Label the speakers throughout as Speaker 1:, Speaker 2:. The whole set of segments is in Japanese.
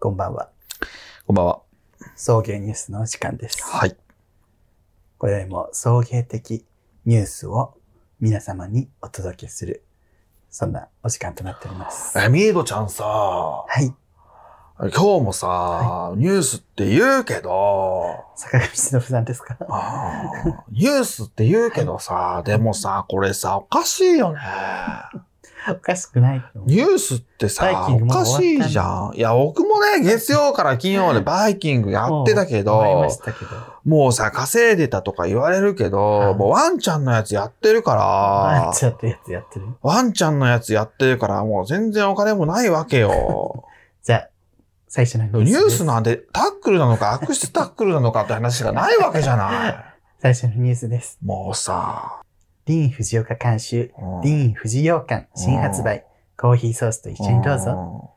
Speaker 1: こんばんは。
Speaker 2: こんばんは。
Speaker 1: 送迎ニュースのお時間です。
Speaker 2: はい。
Speaker 1: これも送迎的ニュースを皆様にお届けする、そんなお時間となっております。は
Speaker 2: え、ミードちゃんさ、
Speaker 1: い。
Speaker 2: 今日もさ、ニュースって言うけど、
Speaker 1: 坂上忍さんですか
Speaker 2: あーニュースって言うけどさ、でもさ、これさ、おかしいよね。
Speaker 1: おかしくないと思う
Speaker 2: ニュースって
Speaker 1: バイ
Speaker 2: さ、
Speaker 1: キング
Speaker 2: お
Speaker 1: もう
Speaker 2: かしいじゃん。いや、僕もね、月曜から金曜までバイキングやってたけ
Speaker 1: 思いま
Speaker 2: ど
Speaker 1: し、たけど。
Speaker 2: もうさ、稼いでたとか言われる
Speaker 1: は
Speaker 2: け
Speaker 1: い
Speaker 2: ど、もうワンちゃんのやつやってるから
Speaker 1: あ、ちゃってやつやってる。
Speaker 2: ワンちゃんのやつやってるから、もう全然お金もないわけよ。
Speaker 1: じゃあ、最初のニ
Speaker 2: でもニュー
Speaker 1: です
Speaker 2: スなんてタックルなのか悪質タックルなのかって話がないわけじゃな
Speaker 1: 最初のニュースです。
Speaker 2: い。もうさ、
Speaker 1: ディーン・藤岡監修、
Speaker 2: うん
Speaker 1: ディーン・藤洋館新発売、コーヒーソースと一緒にどうぞ。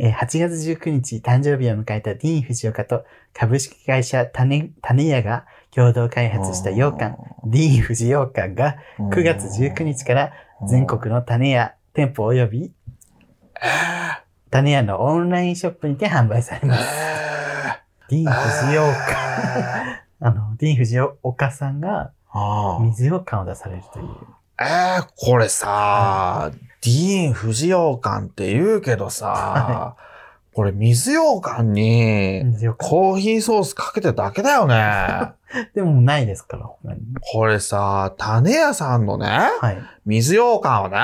Speaker 1: えー8月19日誕生日を迎えたディーン・フジオカと株式会社種種屋が共同開発した羊羹、ディーン・フジ羊羹が
Speaker 2: うん
Speaker 1: 9月19日から全国の種屋店舗及び種屋のオンラインショップにて販売され
Speaker 2: え
Speaker 1: ます。
Speaker 2: ー
Speaker 1: ディーン・フジ羊羹。
Speaker 2: え
Speaker 1: あの、ディーン・フジ岡さんが
Speaker 2: ー
Speaker 1: 水羊羹を出されるという。
Speaker 2: えーこれさ、ディーン・フジオカンって言うけどさ、これ水羊羹に
Speaker 1: 水羊羹。
Speaker 2: コーヒーソースかけてるだけだよ ね。
Speaker 1: でもないですから、他に。
Speaker 2: これさ、種屋さんのね、
Speaker 1: はい。
Speaker 2: 水羊羹はね、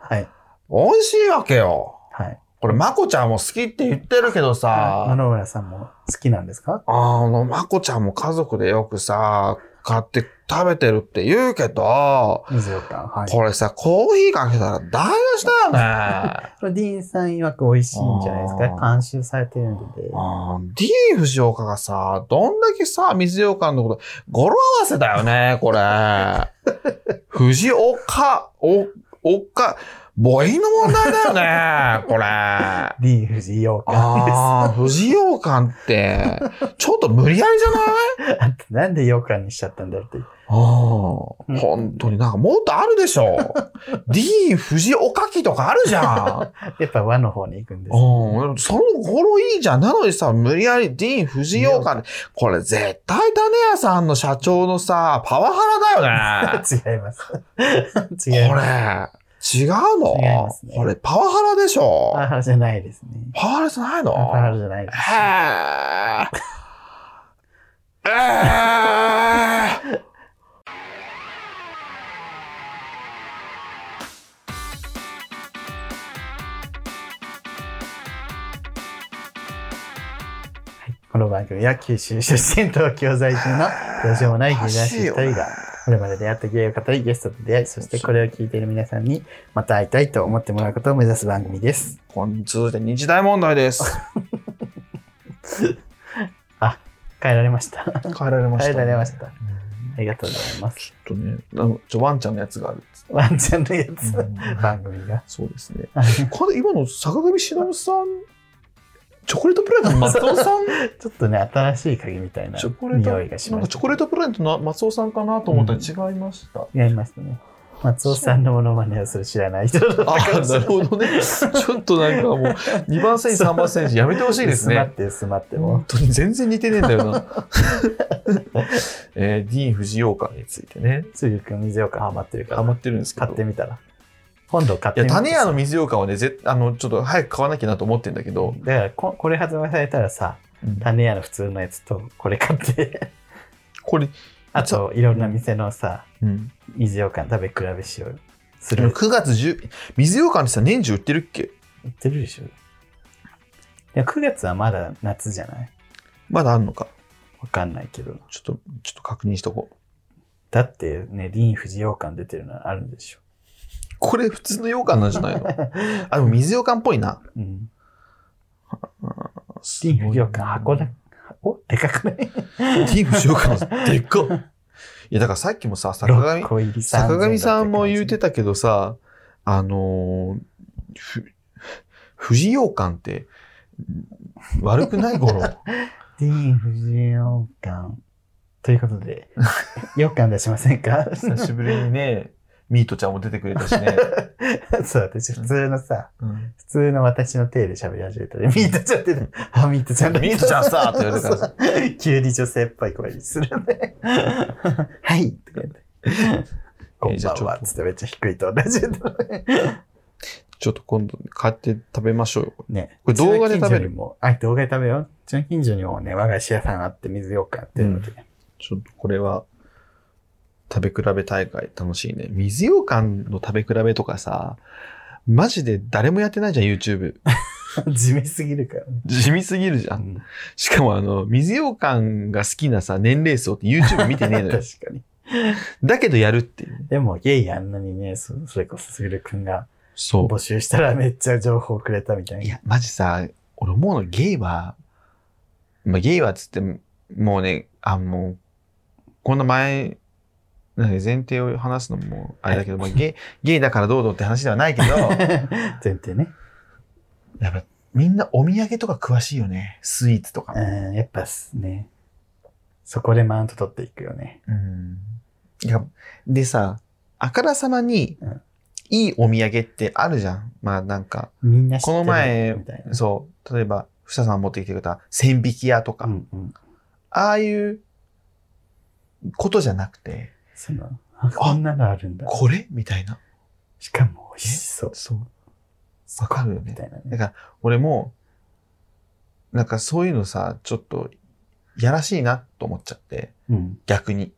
Speaker 1: はい。
Speaker 2: 美味しいわけよ。
Speaker 1: はい。
Speaker 2: これ、まこちゃんも好きって言ってるけど
Speaker 1: 野
Speaker 2: さ、
Speaker 1: 々村さんも好きなんですか
Speaker 2: あの、まこちゃんも家族でよくさ、買って食べてるって言うけど、
Speaker 1: 水羊羹。はい。
Speaker 2: これさ、コーヒーかけたら台無しだよね。
Speaker 1: ディーンさん曰く美味しいんじゃないですか。
Speaker 2: あー
Speaker 1: 監修されてるので。
Speaker 2: あーディーン・フジオカがさ、どんだけさ、水羊羹のこと、語呂合わせだよね、これ。フジオカ、お、おか、母音の問題だよね、これ。
Speaker 1: ディーン・フジヨーカ
Speaker 2: ああ、藤洋館 って、ちょっと無理やりじゃない
Speaker 1: です。あんたなんでヨーカにしちゃったんだろうって。
Speaker 2: ああ、本当になんかもっとあるでし ょ。ディーン・藤おかきとかある じゃん。
Speaker 1: やっぱ和の方に行くんですよ。
Speaker 2: うん、その語呂いいじゃん。なのにさ、無理やりディーン・藤洋館って、これ絶対種屋さんの社長のさ、パワハラだよね。
Speaker 1: 違います。
Speaker 2: こ
Speaker 1: 違います。
Speaker 2: れ、違うの
Speaker 1: 違いますね
Speaker 2: これパワハラでしょ
Speaker 1: パワ。ハラじゃないですね。
Speaker 2: パワハラじゃないの
Speaker 1: パワハラじゃないです。
Speaker 2: はあ。ええ。
Speaker 1: この番組は九州出身東京在住のどうしようもない芸男子二人
Speaker 2: おかしいよね
Speaker 1: がこれまで出会った芸を語りゲストと出会い、そしてこれを聞いている皆さんにまた会いたいと思ってもらうことを目指す番組です。
Speaker 2: こん続いて日大問題です。
Speaker 1: 帰られました。
Speaker 2: 変えられま
Speaker 1: 帰られま
Speaker 2: し
Speaker 1: した。ありがとうございます。
Speaker 2: た。ちょっとね、なんちょワンちゃんのやつがあるっつっ て
Speaker 1: ワンちゃんのやつ、
Speaker 2: うん
Speaker 1: 番組が。
Speaker 2: そうですね。これ今の坂上忍さん、チョコレートプラネットの松尾さん、
Speaker 1: ちょっとね、新しい鍵みたいな
Speaker 2: チョコレート
Speaker 1: 匂いがし
Speaker 2: なん
Speaker 1: ま
Speaker 2: か
Speaker 1: し
Speaker 2: チ
Speaker 1: た
Speaker 2: ョ。コレートプラネットの松尾さんかなと思ったら違いました。
Speaker 1: やりましたね。松尾さんのモノマネをする知ら ない人だった
Speaker 2: あ
Speaker 1: かもし
Speaker 2: な
Speaker 1: れ
Speaker 2: る
Speaker 1: ない。
Speaker 2: ほどね。ちょっとなんかもう、2番線、3番線、やめてほしいです
Speaker 1: 薄ま
Speaker 2: ね
Speaker 1: っ。て薄まって
Speaker 2: 本
Speaker 1: も。
Speaker 2: 当に全然似てねえんだ よな。えー、ディーン・フジオーカーについてね、
Speaker 1: つゆくん水ようかハマってるか
Speaker 2: ハ
Speaker 1: ら
Speaker 2: マ、ってるんですけ
Speaker 1: 買
Speaker 2: ど
Speaker 1: っ。てみたら。今度買っ
Speaker 2: い
Speaker 1: て
Speaker 2: や、
Speaker 1: みてさ
Speaker 2: 種屋の水羊羹はね、ぜあの、ちょっと早く買わなきゃなと思ってんだけど、
Speaker 1: だからこ、これ発売されたらさ、種屋の普通のやつとこれ買って、
Speaker 2: これ、
Speaker 1: あと、いろんな店のさ、
Speaker 2: うん、
Speaker 1: 水ようかん食べ比べしようよ。する。
Speaker 2: 9月10、水羊羹ってさ、年中売ってるっけ
Speaker 1: 売ってるでしょ。いや、9月はまだ夏じゃない
Speaker 2: まだあんのか。
Speaker 1: わかんないけど。
Speaker 2: ちょっと、ちょっと確認しとこう。
Speaker 1: だってね、リン・フジ羊羹出てるのはあるんでしょ。
Speaker 2: これ普通の羊羹なんじゃない のあ、でも水羊羹っぽいな。
Speaker 1: うん。
Speaker 2: す
Speaker 1: リン・フ
Speaker 2: ごい
Speaker 1: ジ
Speaker 2: な
Speaker 1: 羊羹、箱だ。おでかくない
Speaker 2: ディーン・フジ羊羹、でっかっ。いや、だからさっきもさ、坂上
Speaker 1: ?6 個入り
Speaker 2: 坂上さんも言う
Speaker 1: う
Speaker 2: てたけどさ、あのー、ふ、藤洋館って、悪くない頃。
Speaker 1: ディーン・フジ羊 羹。ということで、羊羹出しませんか
Speaker 2: 久しぶりにね、ミートちゃんも出てくれたしね。
Speaker 1: そう、私普通のさ、
Speaker 2: うん
Speaker 1: 普通の私の手で喋り始めたで、ミートちゃんってね、あ、ミートちゃんだ
Speaker 2: ミートちゃんさって言われたから
Speaker 1: ら。 急に女性っぽい声にする ね。はい、とか言って。こん
Speaker 2: じゃ
Speaker 1: ば
Speaker 2: あち
Speaker 1: ん
Speaker 2: ょ
Speaker 1: は
Speaker 2: っ、と
Speaker 1: つってめっちゃ低いと同じ
Speaker 2: ちょっと今度買って食べましょうよ。
Speaker 1: ね。
Speaker 2: これ動画で食べ
Speaker 1: うちの近所
Speaker 2: る
Speaker 1: にもあ、動画で食べよう。うちの近所にもね、和菓子屋さんあって水ようかっていうので。
Speaker 2: ちょっとこれは、食べ比べ大会楽しいね。水羊羹の食べ比べとかさ、マジで誰もやってないじゃん、YouTube。
Speaker 1: 地味すぎるからね。
Speaker 2: 地味すぎるじゃん。しかもあの、水羊羹が好きなさ、年齢層って YouTube 見てねえ の
Speaker 1: 確
Speaker 2: よ。
Speaker 1: かに。
Speaker 2: だけどやるっていうね。
Speaker 1: でも、ゲイあんなにね、そそれこそすぐるくんが
Speaker 2: そ
Speaker 1: 募集したらめっちゃ情報くれたみたい
Speaker 2: い
Speaker 1: な。
Speaker 2: や、マジさ、俺思うの、ゲイは、まあ、ゲイはっつっても、もうね、あ、もう、こんな前、なんか前提を話すのもあれだけど、まあ、ゲイ、ゲイだからどうどうって話ではないけど、
Speaker 1: 前提ね。
Speaker 2: やっぱみんなお土産とか詳しいよね。スイーツとか。
Speaker 1: うん、やっぱっすね。そこでマウント取っていくよね。
Speaker 2: うん。いや、でさ、あからさまに
Speaker 1: うん、
Speaker 2: いいお土産ってあるじゃん。まあなんか、
Speaker 1: みんな知って
Speaker 2: この前
Speaker 1: みたいな。
Speaker 2: そう、例えば、ふささん持ってきてくれた千匹屋とか、
Speaker 1: うんうん。
Speaker 2: ああいうことじゃなくて、
Speaker 1: その、あこんなのあるんだ。
Speaker 2: これみたいな。
Speaker 1: しかも美味しそう。
Speaker 2: そう。わかるよ
Speaker 1: み
Speaker 2: ね。
Speaker 1: たいな
Speaker 2: だ
Speaker 1: ね。
Speaker 2: から、俺も、なんかそういうのさ、ちょっと、やらしいなと思っちゃって、
Speaker 1: うん。
Speaker 2: 逆に。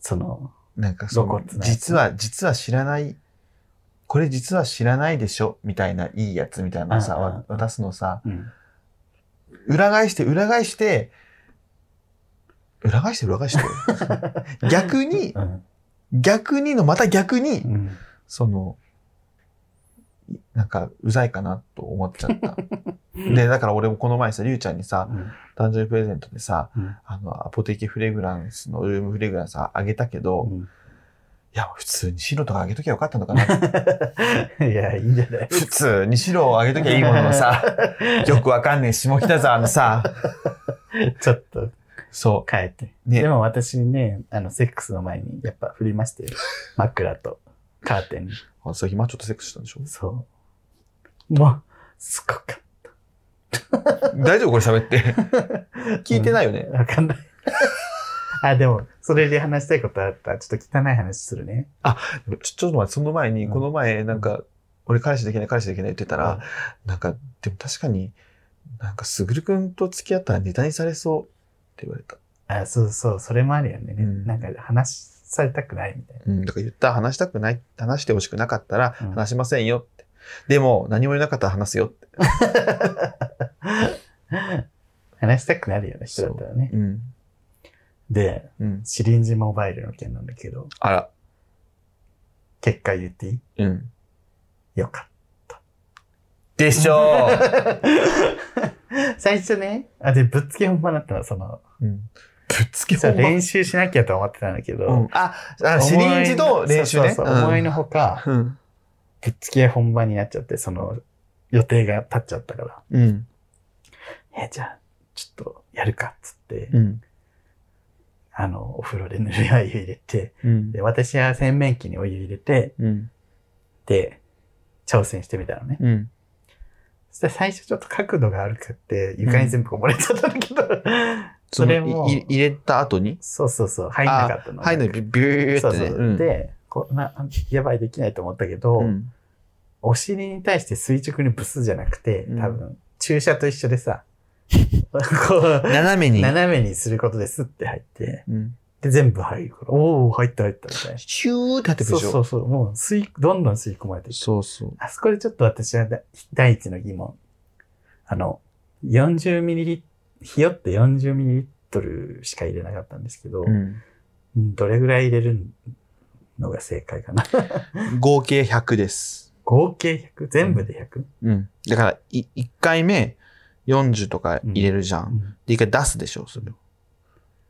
Speaker 1: その、
Speaker 2: なんかそ
Speaker 1: 露
Speaker 2: の
Speaker 1: 骨、なやつ
Speaker 2: 実は、実は知らない、これ実は知らないでしょみたいな、いいやつみたいなのさ、
Speaker 1: うんうんうん
Speaker 2: わ渡すのさ、
Speaker 1: うん。
Speaker 2: 裏返して、裏返して、裏返して、裏 返して。逆に
Speaker 1: う、ん。
Speaker 2: 逆にの、また逆に
Speaker 1: う、ん。
Speaker 2: その、なんか、うざいかなと思っち ゃった。で、だから俺もこの前さ、りゅうちゃんにさ、誕生日プレゼントでさ、
Speaker 1: うん
Speaker 2: あの、アポテキフレグランスのルームフレグランスあげたけど、
Speaker 1: うん
Speaker 2: いや、普通に白とかあげときゃよかったのかな。
Speaker 1: いや、いいんじゃない
Speaker 2: 普通に白をあげときゃいいもの のさ、よくわかんねえ下北沢のさ、
Speaker 1: ちょっと
Speaker 2: そ
Speaker 1: 変えて。
Speaker 2: う、ね
Speaker 1: で、も私ね、あの、セックスの前にやっぱ振りま して、枕とカーテンに。
Speaker 2: あそう今ちょっとセックスしたんでしょ
Speaker 1: そう。もう、すごかった。
Speaker 2: 大丈夫これ喋って。 聞いてないよね。
Speaker 1: わか んない。あ、でも、それで話したいことあった。ちょっと汚い話するね。
Speaker 2: ちょちょっと待って、その前に、
Speaker 1: うん
Speaker 2: この前、なんか、俺彼氏できない彼氏できない言ってたら、なんか、でも確かに、なんか、すぐるくんと付き合ったらネタにされそうって言われた。
Speaker 1: あ、そうそう、それもあるよね。
Speaker 2: うん
Speaker 1: なんか話されたくないみたい
Speaker 2: うん、だから言ったら話したくない、話してほしくなかったら
Speaker 1: うん
Speaker 2: 話しませんよって。でも、何も言わなかったら話すよって。
Speaker 1: な。話したくなるような人だったらね。
Speaker 2: うん。
Speaker 1: で、
Speaker 2: うん。
Speaker 1: シリンジモバイルの件なんだけど、
Speaker 2: あら。
Speaker 1: 結果言っていい
Speaker 2: うん。
Speaker 1: よかっ
Speaker 2: でしょう
Speaker 1: た。最初ね、あ、で、ぶっつけ本番だったの、その、
Speaker 2: うんぶっつけ
Speaker 1: そう
Speaker 2: 本番
Speaker 1: 練習しなきゃと思ってたんだけど、
Speaker 2: うん、あ、あシリンジと練習ね。
Speaker 1: そうそうそう思いのほか、
Speaker 2: うん。
Speaker 1: ぶっつけ本番になっちゃって、その予定が立っちゃったから、
Speaker 2: うん。
Speaker 1: え、じゃあ、ちょっとやるかっつって、
Speaker 2: うん。
Speaker 1: あの、お風呂でぬるいお湯入れて、
Speaker 2: うん
Speaker 1: で、私は洗面器にお湯入れて、
Speaker 2: うん。
Speaker 1: で、挑戦してみたのね。
Speaker 2: うん。
Speaker 1: そしたら最初ちょっと角度が悪くって、床に全部こぼれちゃったんだけど、それも
Speaker 2: のいい入れた後に、
Speaker 1: そうそうそう、入んなかったの、
Speaker 2: はいのビュービュー
Speaker 1: そ
Speaker 2: っ
Speaker 1: う
Speaker 2: て
Speaker 1: そ
Speaker 2: ね。
Speaker 1: う。
Speaker 2: ん、
Speaker 1: で、こんな、やばいできないと思ったけど、
Speaker 2: うん。
Speaker 1: お尻に対して垂直にブスじゃなくて、
Speaker 2: うん
Speaker 1: 多分、注射と一緒で さ、こう、
Speaker 2: 斜めに。
Speaker 1: 斜めにすることですって入って、
Speaker 2: うん。
Speaker 1: で、全部入るから、おお入った入ったみたいな。
Speaker 2: シューってやってく
Speaker 1: そ
Speaker 2: る
Speaker 1: う
Speaker 2: でしょ。
Speaker 1: そうそう、もう吸い、どんどん吸い込まれていく。
Speaker 2: そうそう。
Speaker 1: あそこでちょっと私はだ第一の疑問。あの、40ミリリットひよって40ミリリットルしか入れなかったんですけど、
Speaker 2: うん
Speaker 1: どれぐらい入れるのが正解かな。
Speaker 2: 合計100です。
Speaker 1: 合計 100? 全部で 100?、
Speaker 2: うん。だから、い1回目、40とか入れるじゃ
Speaker 1: う
Speaker 2: ん。
Speaker 1: ん
Speaker 2: で、1回出すでしょ、それを。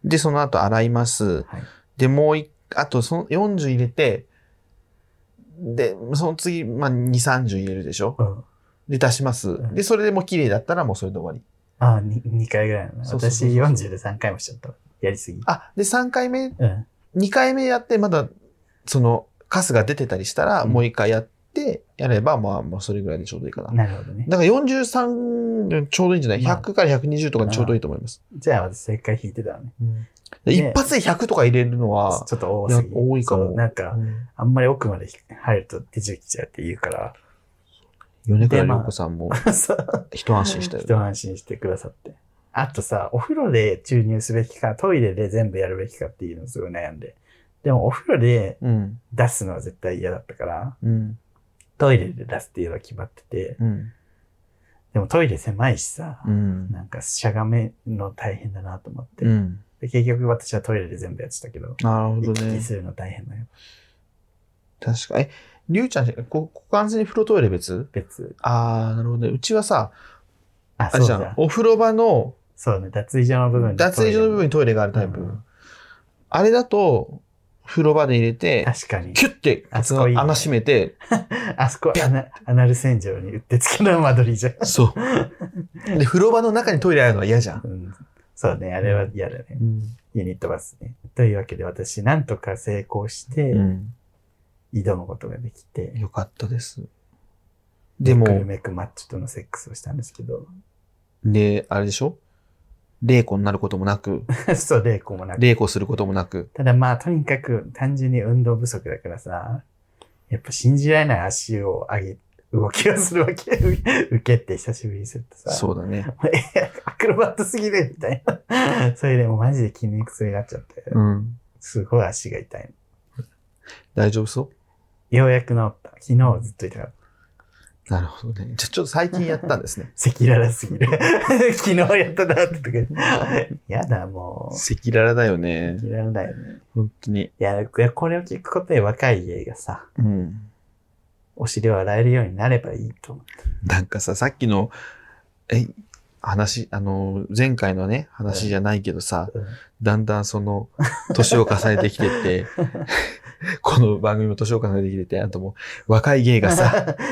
Speaker 2: で、その後洗います。
Speaker 1: はい
Speaker 2: で、もう一、あとその40入れて、で、その次、まあ、2、30入れるでしょ
Speaker 1: うん
Speaker 2: で、出します。
Speaker 1: ん
Speaker 2: で、それでもう綺麗だったらもうそれで終わり。
Speaker 1: ああ、に2回ぐらいなの。
Speaker 2: そうそうそうそう
Speaker 1: 私40で3回もしちゃった。やりすぎ。
Speaker 2: あ、で、3回目、
Speaker 1: うん。
Speaker 2: 2回目やってまだ、その、カスが出てたりしたら、
Speaker 1: うん
Speaker 2: もう一回やって、やれば、まあ、まあ、それぐらいでちょうどいいかな。
Speaker 1: なるほどね。
Speaker 2: だから43、ちょうどいいんじゃない
Speaker 1: まあ
Speaker 2: ?100 から120とかちょうどいいと思います。
Speaker 1: じゃあ私正解引いてたわね。
Speaker 2: で
Speaker 1: ね
Speaker 2: 一発で100とか入れるのは、
Speaker 1: ちょっと多すぎ
Speaker 2: いや多いかも
Speaker 1: そうなんか、あんまり奥まで入ると手順来ちゃうって言うか
Speaker 2: 米倉涼子さんも
Speaker 1: ら、そう
Speaker 2: 一安心した よね。
Speaker 1: 一安心してくださって。あとさ、お風呂で注入すべきか、トイレで全部やるべきかっていうのすごい悩んで。でもお風呂で
Speaker 2: うん。
Speaker 1: 出すのは絶対嫌だったから、
Speaker 2: うん。
Speaker 1: トイレで出すっていうのは決まってて、
Speaker 2: うん。
Speaker 1: でもトイレ狭いしさ、
Speaker 2: うん。
Speaker 1: なんかしゃがめの大変だなと思って、
Speaker 2: うん。
Speaker 1: で結局私はトイレで全部やってたけど、
Speaker 2: なるほど
Speaker 1: 行き来
Speaker 2: ね。
Speaker 1: するの大変だよ。
Speaker 2: 確か。え、りゅうちゃん、ここ完全に風呂トイレ別
Speaker 1: 別。
Speaker 2: ああ、なるほどね。うちはさ、
Speaker 1: あ、
Speaker 2: あ
Speaker 1: そ
Speaker 2: れ
Speaker 1: う
Speaker 2: じゃ
Speaker 1: だ
Speaker 2: ん。。お風呂場の
Speaker 1: そうね、脱衣所の部分に
Speaker 2: 脱衣所の部分にトイレがあるタイプ。
Speaker 1: うん
Speaker 2: あれだと、風呂場で入れて、
Speaker 1: 確かに。
Speaker 2: キュッて、
Speaker 1: あそこいいね
Speaker 2: 穴閉めて、
Speaker 1: あそこアナ、アナル洗浄にうってつけの間取りじゃん。
Speaker 2: そう。で、風呂場の中にトイレあるのは嫌じゃん。
Speaker 1: うんそうね、あれは嫌だね。ユニットバスね。というわけで私、なんとか成功して
Speaker 2: う、ん
Speaker 1: 挑むことができて、
Speaker 2: よかったです。でも
Speaker 1: ク、ルメクマッチョとのセックスをしたんですけど、
Speaker 2: で、あれでしょ霊子になることもなく、
Speaker 1: そう、レイコもなく。
Speaker 2: 霊子することもなく。
Speaker 1: ただまあ、とにかく単純に運動不足だからさ、やっぱ信じられない足を上げ、動きをするわけ。 受けって久しぶりにするとさ、
Speaker 2: そうだね。
Speaker 1: え アクロバットすぎるみたいな。 それでもうマジで筋肉痛になっちゃって、
Speaker 2: うん。
Speaker 1: すごい足が痛い
Speaker 2: 大丈夫そ
Speaker 1: の。ようやく治った。昨日ずっと痛かった。。
Speaker 2: うなるほどね。じゃ、ちょっと最近やったんですね
Speaker 1: 赤裸々すぎる。 昨日やったなってとか。やだ、もう。
Speaker 2: 赤裸々だよ
Speaker 1: 赤
Speaker 2: ね。
Speaker 1: 裸々だよね。
Speaker 2: 本当に。
Speaker 1: いや、これを聞くことで若い家がさ、
Speaker 2: うん。
Speaker 1: お尻を洗えるようになればいいと思
Speaker 2: なんかさ、さっきの、え、話、あの、前回のね、話じゃないけどさ、
Speaker 1: う。うん
Speaker 2: だんだんその、年を重ねてきて って、この番組も年を重ねてきてて、あともう、若い芸が さ、
Speaker 1: だって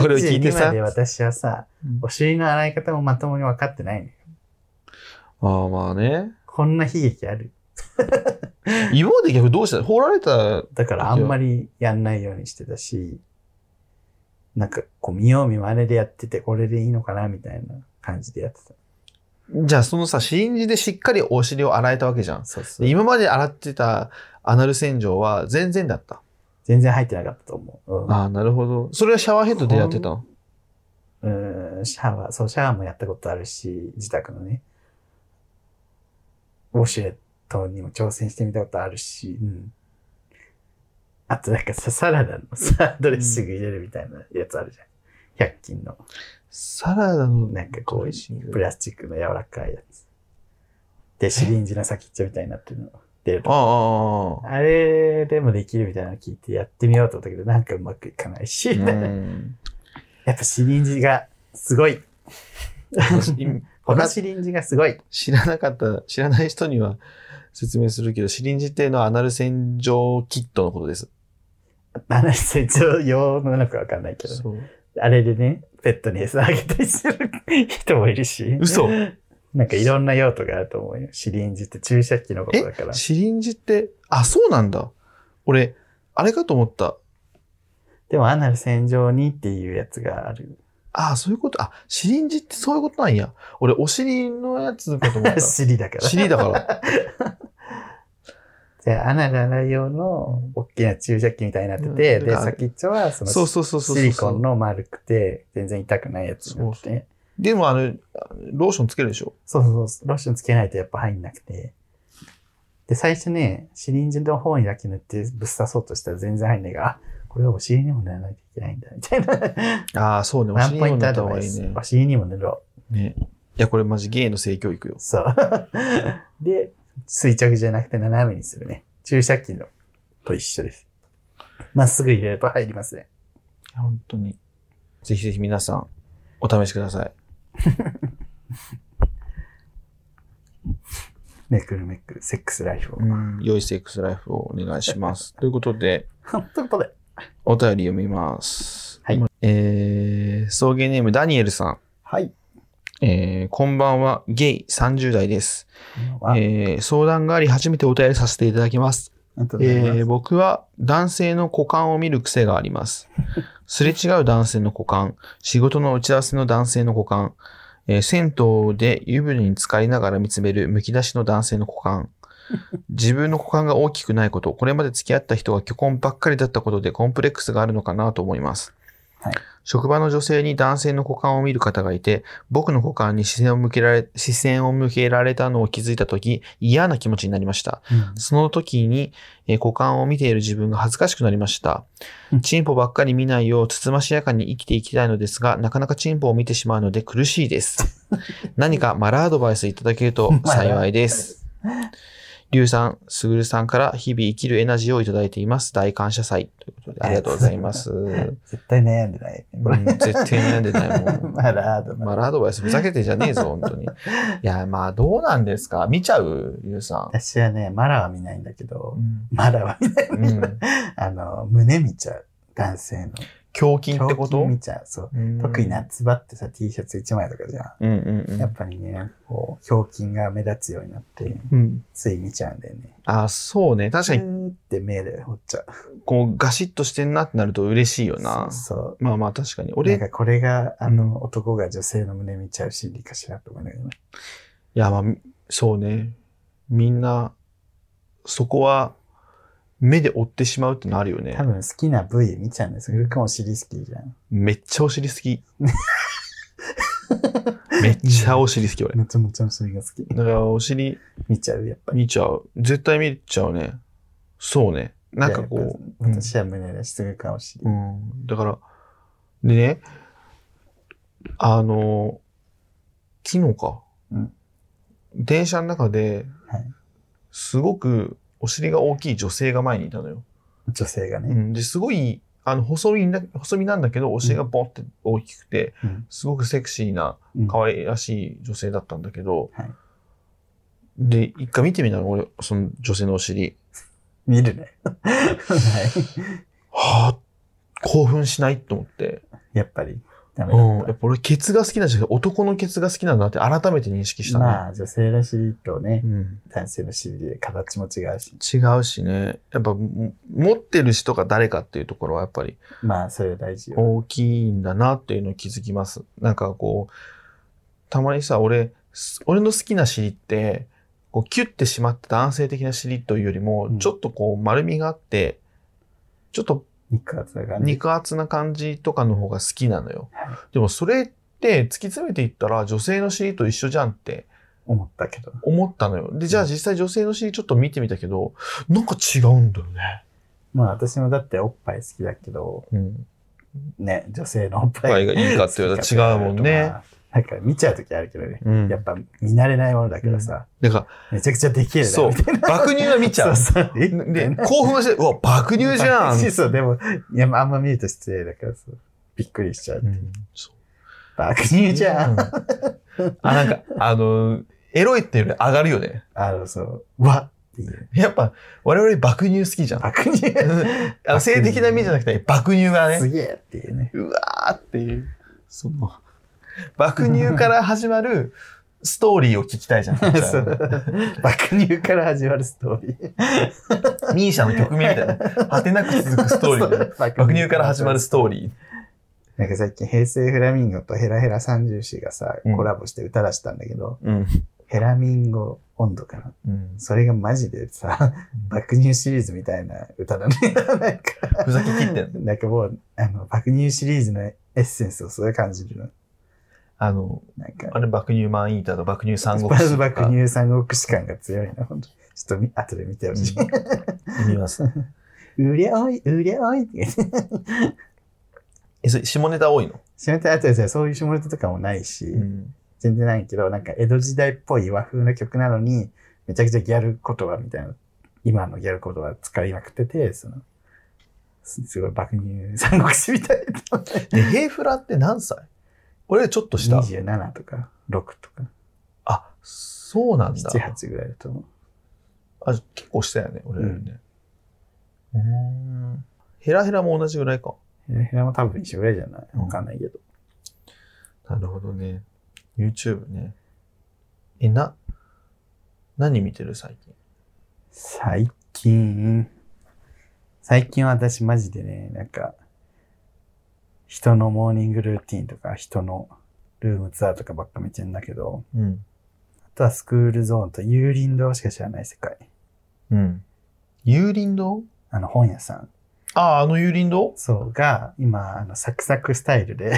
Speaker 2: これを聞いて
Speaker 1: 32
Speaker 2: さ
Speaker 1: まで私はさ、お尻の洗い方もまともに分かってないのよ。
Speaker 2: ああまあね。
Speaker 1: こんな悲劇ある。
Speaker 2: 今まで逆にどうした掘られた、
Speaker 1: だからあんまりやんないようにしてたし、なんかこう見よう見まねでやってて、これでいいのかなみたいな感じでやってた。
Speaker 2: じゃあそのさ、シリンジでしっかりお尻を洗えたわけじゃん。
Speaker 1: そうそ
Speaker 2: で
Speaker 1: う。
Speaker 2: 今まで洗ってたアナル洗浄は全然だった。
Speaker 1: 全然入ってなかったと思う。うん
Speaker 2: ああ、なるほど。それはシャワーヘッドでやってたの
Speaker 1: うーん、シャワー、そう、シャワーもやったことあるし、自宅のね、ウォシュレットにも挑戦してみたことあるし、うん。あとなんかさ、サラダのさ、ドレッシング入れるみたいなやつあるじゃん。100均の、
Speaker 2: サラダの
Speaker 1: なんかこう
Speaker 2: ドレッシング
Speaker 1: プラスチックの柔らかいやつ。で、シリンジの先っちょみたいになってるの。出る
Speaker 2: ああ
Speaker 1: と。
Speaker 2: ああ、ああ。
Speaker 1: あれでもできるみたいなの聞いてやってみようと思ったけど、なんかうまくいかないし、
Speaker 2: う
Speaker 1: や
Speaker 2: ん。
Speaker 1: っぱシリンジがすごい。
Speaker 2: 今
Speaker 1: このシリンジがすごい。
Speaker 2: 知らなかった、知らない人には説明するけど、シリンジっていうのはアナル洗浄キットのことです。
Speaker 1: 話成長用なのかわかんないけどね、
Speaker 2: そう。
Speaker 1: あれでね、ペットに餌あげたりする 人もいるし、
Speaker 2: 嘘
Speaker 1: なんかいろんな用途があると思うよ。シリンジって注射器のことだから。
Speaker 2: シリンジって、あ、そうなんだ。俺、あれかと思った。
Speaker 1: でも、アナル洗浄にっていうやつがある。
Speaker 2: ああ、そういうこと。あ、シリンジってそういうことなんや。俺、お尻のやつか と思った。
Speaker 1: 尻だから。
Speaker 2: 尻 だから。
Speaker 1: じゃあ、アナル洗い用の大きな注射器みたいになってて、
Speaker 2: うん
Speaker 1: で、
Speaker 2: なんか
Speaker 1: 先っちょはその
Speaker 2: そうそうそうそうそう。
Speaker 1: シリコンの丸くて、全然痛くないやつになって。
Speaker 2: そうそでも、あの、ローションつけるでしょ。
Speaker 1: そうそうそう、ロッションつけないとやっぱ入んなくて。で、最初ね、シリンジの方にだけ塗ってぶっ刺そうとしたら全然入んないが、あこれはお尻にも塗らないといけないんだ、みたいな。
Speaker 2: ああ、そうね。お
Speaker 1: ワン
Speaker 2: 尻
Speaker 1: ポイ
Speaker 2: に
Speaker 1: ント
Speaker 2: 塗
Speaker 1: ア
Speaker 2: った
Speaker 1: ド
Speaker 2: 方
Speaker 1: バ
Speaker 2: が
Speaker 1: イ
Speaker 2: いい
Speaker 1: ス。
Speaker 2: ね
Speaker 1: お。尻にも塗ろう。
Speaker 2: ね。いや、これマジゲイの性教育よ。
Speaker 1: そう。で、垂直じゃなくて斜めにするね。注射器のと一緒です。まっすぐ入れると入りますね。
Speaker 2: いや本当に。ぜひぜひ皆さん、お試しください。
Speaker 1: めくるめく、セックスライフを。
Speaker 2: うん。良いセックスライフをお願いします。ということで、
Speaker 1: 本当ことで。
Speaker 2: お便り読みます。
Speaker 1: はい。
Speaker 2: えー、送迎ネームダニエルさ
Speaker 1: はい。
Speaker 2: ん。えー、こんばんは、ゲイ30代です。
Speaker 1: あ
Speaker 2: えー相談があり初めてお便りさせていただきます。
Speaker 1: ありがとうございます
Speaker 2: えー僕は男性の股間を見る癖があり ます。すれ違う男性の股間、仕事の打ち合わせの男性の股間、えー銭湯で湯船に浸かりながら見つめるむき出しの男性の股 間、自分の股間が大きくないこと、これまで付き合った人が虚婚ばっかりだったことでコンプレックスがあるのかなと思います。
Speaker 1: はい
Speaker 2: 職場の女性に男性の股間を見る方がいて、僕の股間に視線を向けられ、視線を向けられたのを気づいたとき、嫌な気持ちになりました。
Speaker 1: うん
Speaker 2: その時に、えー股間を見ている自分が恥ずかしくなりました
Speaker 1: うん。
Speaker 2: チンポばっかり見ないよう、つつましやかに生きていきたいのですが、なかなかチンポを見てしまうので苦し いです。何かマラアドバイスいただけると幸いです。りゅうさん、すぐるさんから日々生きるエナジーをいただいています。大感謝祭。ということで、ありがとうございます。うん
Speaker 1: 絶対悩んでない。
Speaker 2: 絶対悩んでないもん。
Speaker 1: まだアド
Speaker 2: マ
Speaker 1: バイ
Speaker 2: ラアドバイスふざけてじゃねえぞ、本当に。いや、まあ、どうなんですか見ちゃうりゅうさん。
Speaker 1: ス私はね、マラは見ないんだけど
Speaker 2: う、ん
Speaker 1: マラは見ない。
Speaker 2: うん
Speaker 1: あの、胸見ちゃう。男性の。
Speaker 2: 胸筋ってこ
Speaker 1: 胸
Speaker 2: と
Speaker 1: 筋見ちゃう。そう。特に夏場ってさ、T シャツ1枚とかじゃん。
Speaker 2: うんうん
Speaker 1: やっぱりね、こう、表筋が目立つようになって、
Speaker 2: うん。うん、
Speaker 1: つい見ちゃうんだよね。
Speaker 2: あそうね。確かに、
Speaker 1: に。って目で掘っちゃう。
Speaker 2: こう、ガシッとしてんなってなると嬉しいよな。
Speaker 1: そう。
Speaker 2: まあまあ、確かに。
Speaker 1: なん
Speaker 2: 俺、
Speaker 1: かこれが、あ
Speaker 2: うん
Speaker 1: の、男が女性の胸見ちゃう心理かしらと思いながら。
Speaker 2: いや、まあ、みそうね。みんな、そこは、目で追ってしまうってのあるよね
Speaker 1: 多。分好きな部位見ちゃうんですよ。ルくんお尻好きじゃん。
Speaker 2: めっちゃお尻好 き。めっちゃお尻好き、俺。
Speaker 1: めちゃめちゃお尻が好き。
Speaker 2: だから、お尻
Speaker 1: 見ちゃう、やっぱり。
Speaker 2: 見ちゃう。絶対見ちゃうね。そうね。なんかこ
Speaker 1: やっ
Speaker 2: う。
Speaker 1: ぱ私は胸だし、すぐかお尻。
Speaker 2: うん。だから、でね、あの、昨日か。
Speaker 1: うん
Speaker 2: 電車の中で
Speaker 1: はい、
Speaker 2: すごくお尻が大きい女性が前にいたのよ。
Speaker 1: 女性が
Speaker 2: う
Speaker 1: ね。
Speaker 2: ん、で、すごい、あの細身な、細身なんだけど、お尻がポンって大きくて、
Speaker 1: うん
Speaker 2: すごくセクシーな、
Speaker 1: うん
Speaker 2: 可愛らしい女性だったんだけど、
Speaker 1: はい
Speaker 2: で、一回見てみたの、俺、その女性のお尻。
Speaker 1: 見るね。はい。
Speaker 2: はぁ、興奮しないと思って。
Speaker 1: やっぱり、ダメだ
Speaker 2: う
Speaker 1: っ。
Speaker 2: ん、やっぱ俺、ケツが好きなんじゃなくて、男のケツが好きなんだって改めて認識したたね。
Speaker 1: まあ、女性の尻とね
Speaker 2: う、ん、
Speaker 1: 男性の尻で形も違うし、
Speaker 2: 違うしね。やっぱ、も持ってる人が誰かっていうところは、やっぱり
Speaker 1: まあ、それは大事よ。
Speaker 2: 大きいんだなっていうのを気づきます。なんかこう、たまにさ、俺、す俺の好きな尻って、こうキュッてしまった男性的な尻というよりも、
Speaker 1: うん
Speaker 2: ちょっとこう丸みがあって、ちょっと
Speaker 1: 肉厚な感じ。
Speaker 2: 肉厚な感じとかの方が好きなのよ
Speaker 1: はい。
Speaker 2: でもそれって突き詰めていったら女性の尻と一緒じゃんって
Speaker 1: 思ったけど。
Speaker 2: 思ったのよ。で、じゃあ実際女性の尻ちょっと見てみたけど、なんか違うんだよね。
Speaker 1: まあ、私もだっておっぱい好きだけど、
Speaker 2: うん。
Speaker 1: ね、女性のおっ
Speaker 2: おっぱ
Speaker 1: ぱ
Speaker 2: い
Speaker 1: い
Speaker 2: がいいかって言われた ら違うもんね。
Speaker 1: なんか見ちゃうときあるけどね。
Speaker 2: うん。
Speaker 1: やっぱ見慣れないものだけどさ、
Speaker 2: だか
Speaker 1: めちゃくちゃでき
Speaker 2: ら、
Speaker 1: る
Speaker 2: そう、爆乳は見ちゃう。
Speaker 1: そうそう。
Speaker 2: で、興奮はして、うわ、爆乳じゃん。
Speaker 1: そうそう、でも、いや、まああんま見ると失礼だからさ、びっくりしちゃう。
Speaker 2: うんそう
Speaker 1: 爆乳じゃん。
Speaker 2: うんあ、なんか、あの、エロいっていうより上がるよね。
Speaker 1: あの、そう、わっていう。
Speaker 2: やっぱ、我々爆乳好きじ ゃん。
Speaker 1: 爆乳
Speaker 2: あの性的な意味じゃなくて、爆乳がね
Speaker 1: す。げえっていうね。
Speaker 2: うわーっていう、その、爆乳から始まるストーリーを聞きたい じゃん。こっち
Speaker 1: そ
Speaker 2: は
Speaker 1: う爆乳から始まるストーリー。
Speaker 2: ミーシャの曲名みたいな、果てなく続くストーリーみ たいな。爆乳から始まるストーリー。
Speaker 1: なんか最近、平成フラミンゴとヘラヘラ三重士がさ、
Speaker 2: うん
Speaker 1: コラボして歌出したんだけど、
Speaker 2: うん。
Speaker 1: ヘラミンゴ温度かな。それがマジでさ、爆乳シリーズみたいな歌だね。 なんか
Speaker 2: ふざけきってんの。
Speaker 1: なんかもう、あの、爆乳シリーズのエッセンスをすごい感じるの。
Speaker 2: あの、
Speaker 1: なんか、
Speaker 2: あれ爆乳マンイーターと爆乳三国
Speaker 1: ま
Speaker 2: 志
Speaker 1: ず
Speaker 2: とか。
Speaker 1: 爆乳三国志感が強いな、本当にちょっとみ後で見てほしい。
Speaker 2: うん見ます。
Speaker 1: うりゃおい、うりゃおいって言って。
Speaker 2: え、それ下ネタ多いの
Speaker 1: 下ネタあとでさ、そういう下ネタとかもないし、
Speaker 2: ん。
Speaker 1: 全然ないけど、なんか江戸時代っぽい和風の曲なのに、めちゃくちゃギャル言葉みたいな、今のギャル言葉使いまくってて、その、すすごい爆乳三国志みたいな。
Speaker 2: で、ヘイフラって何歳俺よりちょっと下。
Speaker 1: 27とか、6とか、
Speaker 2: あ、そうなんだ
Speaker 1: 7、。8ぐらいだと思う。
Speaker 2: あ、結構下やね、俺よりね。うーん。ヘラヘラも同じぐらいか。
Speaker 1: ヘラヘラも多分一緒ぐらいじゃない
Speaker 2: うん
Speaker 1: わかんないけど。
Speaker 2: なるほどね。YouTube ね。え、な、何見てる最近
Speaker 1: 最近、最近私マジでね、なんか、人のモーニングルーティンとか、人のルームツアーとかばっか見てんだけど、
Speaker 2: うん。
Speaker 1: あとはスクールゾーンと有林堂しか知らない世界。
Speaker 2: うん。有林堂
Speaker 1: あの本屋さん。
Speaker 2: ああ、あの有林堂
Speaker 1: そうが、今、あの、サクサクスタイルで、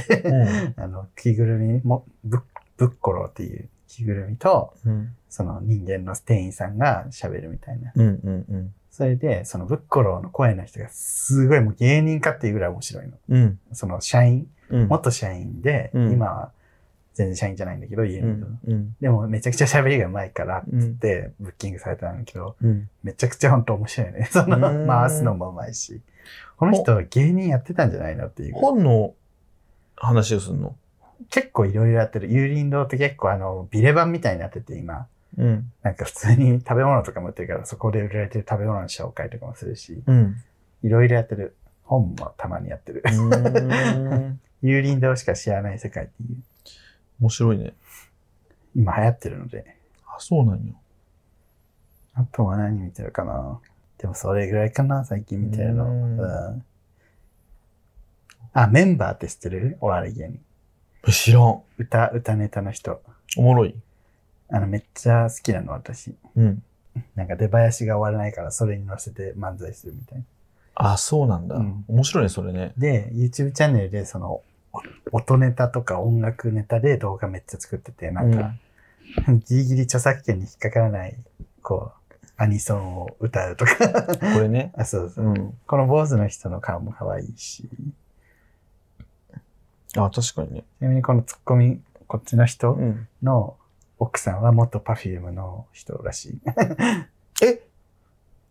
Speaker 2: ん。
Speaker 1: あの、着ぐるみも、ぶっ、ぶっころうっていう着ぐるみと、
Speaker 2: うん。
Speaker 1: その人間の店員さんが喋るみたいな。
Speaker 2: うん。うん。
Speaker 1: それで、そのぶっころうの声の人がすごいもう芸人かっていうぐらい面白いの。
Speaker 2: うん。
Speaker 1: その社員、
Speaker 2: うん。
Speaker 1: 元社員で、
Speaker 2: うん
Speaker 1: 今は全然社員じゃないんだけど、家
Speaker 2: う
Speaker 1: にいるの
Speaker 2: ん。うん。
Speaker 1: でもめちゃくちゃ喋りがうまいから、
Speaker 2: うん
Speaker 1: つってブッキングされたんだけど、
Speaker 2: うん。
Speaker 1: めちゃくちゃ本当面白いね。 その
Speaker 2: うん
Speaker 1: 回すのもうまいし。この人は芸人やってたんじゃないのっていう。
Speaker 2: 本の話をするの
Speaker 1: 結構いろいろやってる。有林堂って結構あの、ビレ版みたいになってて今。
Speaker 2: うん。
Speaker 1: なんか普通に食べ物とかも売ってるから、そこで売られてる食べ物の紹介とかもするし、
Speaker 2: うん。
Speaker 1: いろいろやってる。本もたまにやってる。有林堂しか知らない世界っていう。
Speaker 2: 面白いね。
Speaker 1: 今流行ってるので。
Speaker 2: あ、そうなんよ。
Speaker 1: あとは何見てるかなでもそれぐらいかな最近見てるの。
Speaker 2: う
Speaker 1: うんんあ、メンバーって知ってるお笑い芸人。
Speaker 2: 知らん。お
Speaker 1: 歌、歌ネタの人。
Speaker 2: もろい。
Speaker 1: あの、めっちゃ好きなの私。
Speaker 2: うん。
Speaker 1: なんか出囃子が終わらないからそれに乗せて漫才するみたいな。
Speaker 2: あ、そうなんだ。
Speaker 1: うん
Speaker 2: 面白いね、それね。
Speaker 1: で、YouTube チャンネルでその、お音ネタとか音楽ネタで動画めっちゃ作ってて、なんか、ギリギリ著作権に引っかからない、こう、アニソンを歌うとか。
Speaker 2: これね。
Speaker 1: あ、そうそう。
Speaker 2: うん。
Speaker 1: この坊主の人の顔も可愛いし、ち
Speaker 2: あ、確かにね。
Speaker 1: なみにこのツッコミ、こっちの人
Speaker 2: ん。
Speaker 1: の奥さんは元 Perfume の人らしい
Speaker 2: え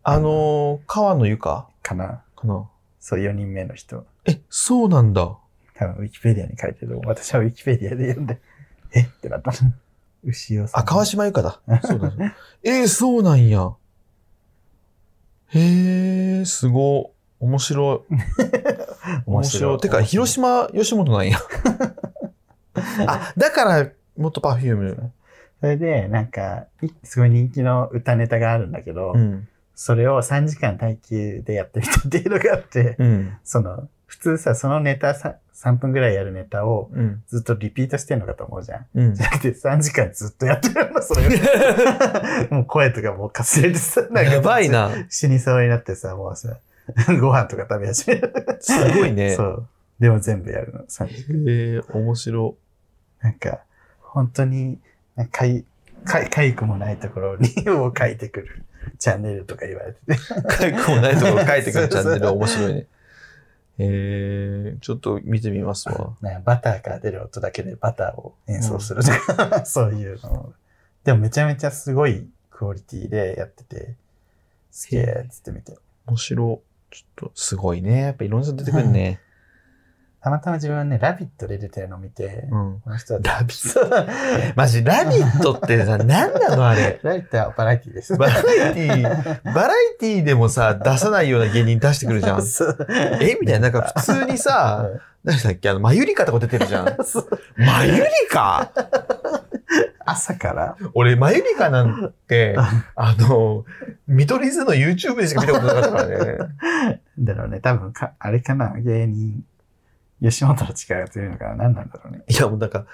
Speaker 2: あのー、川野ゆか
Speaker 1: かな。
Speaker 2: かな
Speaker 1: そう、4人目の人。
Speaker 2: え、そうなんだ。
Speaker 1: 多分、ウィキペディアに書いてる。私はウィキペディアで読んで、 えってなった。牛尾さん。
Speaker 2: あ、川島ゆかだ。そうだ。そう だえー、そうなんや。へえ、すごい。面白い。面白い。てか、広
Speaker 1: 島。
Speaker 2: 島吉本なん や。あ、だから、元パフューム。
Speaker 1: それで、なんか、いすごい人気の歌ネタがあるんだけど、
Speaker 2: うん。
Speaker 1: それを3時間耐久でやってみたっていうのがあって、
Speaker 2: うん。
Speaker 1: その、普通さ、そのネタさ3分ぐらいやるネタを
Speaker 2: うん。
Speaker 1: ずっとリピートしてんのかと思うじゃん。
Speaker 2: うん
Speaker 1: じ。ゃなくて3時間ずっとやってるの、それを。もう声とかもうかすれてさ、なんか
Speaker 2: やばい。な。
Speaker 1: 死にそうになってさ、もうさ、ご飯とか食べ始める。
Speaker 2: すごいね
Speaker 1: そ。う。でも全部やるの、3時間。
Speaker 2: へえ、面白
Speaker 1: なんか、本当に、なんかかい、かい、かゆくもないところにを書いてくるチャンネルとか言われてて。
Speaker 2: い。かゆくもないところ書いてくるチャンネ
Speaker 1: そう
Speaker 2: ル面白いね。へえ、ちょっと見てみますわ。
Speaker 1: なんかバターから出る音だけでバターを演奏すると か、そういうのを。でもめちゃめちゃすごいクオリティでやってて、すげえっつって見て
Speaker 2: 面白い。ちょっと、すごいね。やっぱいろんな人出てくるね。
Speaker 1: たまたま自分はね、ラビットで出てるのを見て、
Speaker 2: うん。
Speaker 1: この人は、
Speaker 2: ラビット。
Speaker 1: そう ラ
Speaker 2: マジ、ラビットってさ、なんなのあれ。
Speaker 1: ビットはバラエティです。。
Speaker 2: バラエティー、バラエティーでもさ、出さないような芸人出してくるじゃ ん
Speaker 1: そう
Speaker 2: えみたいな、なんか普通にさ、何だっけ、あの、マユリカとか出てるじゃん。
Speaker 1: そう
Speaker 2: マユリカ
Speaker 1: 朝から
Speaker 2: 俺、マユリカなんて、 あの、見取り図の YouTube でしか見たことなかった からね。
Speaker 1: だろうね、多分か、あれかな、芸人。吉本の力が強いのかな何なんだろうね。
Speaker 2: いや、もうなんか、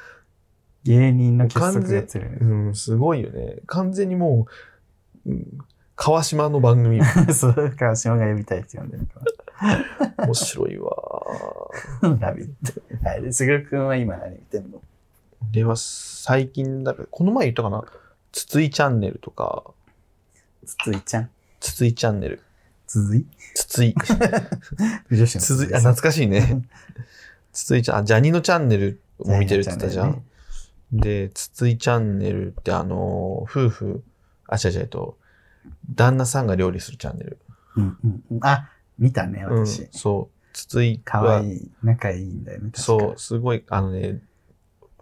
Speaker 1: 芸人の結束が強いの
Speaker 2: うん、すごいよね。完全にもう、うん川島の番組、
Speaker 1: そう、川島が呼びたいって呼んでるか
Speaker 2: 面白いわ。
Speaker 1: ら。 ラビット。はい。で、すぐるくんは今何見てんの
Speaker 2: では、最近だから、この前言ったかなつついチャンネルとか、
Speaker 1: つついちゃん。
Speaker 2: つついチャンネル、
Speaker 1: つづい
Speaker 2: つつい。
Speaker 1: 女子の
Speaker 2: つ
Speaker 1: つ
Speaker 2: づ
Speaker 1: づ
Speaker 2: い
Speaker 1: い
Speaker 2: あ、懐かし いね。つついちゃん、あ、ジャニのチャンネルも見てるって言ったじゃ
Speaker 1: ジャニ
Speaker 2: ん。で、つついチャンネルってあのー、夫婦、あ、違う違う、えっと、旦那さんが料理するチャンネル。
Speaker 1: うんうんうん。あ、見たね、
Speaker 2: うん、
Speaker 1: 私。
Speaker 2: そう。つつい
Speaker 1: かわ
Speaker 2: い。
Speaker 1: いい。仲いいんだよね。確か
Speaker 2: そう、すごい、あのね、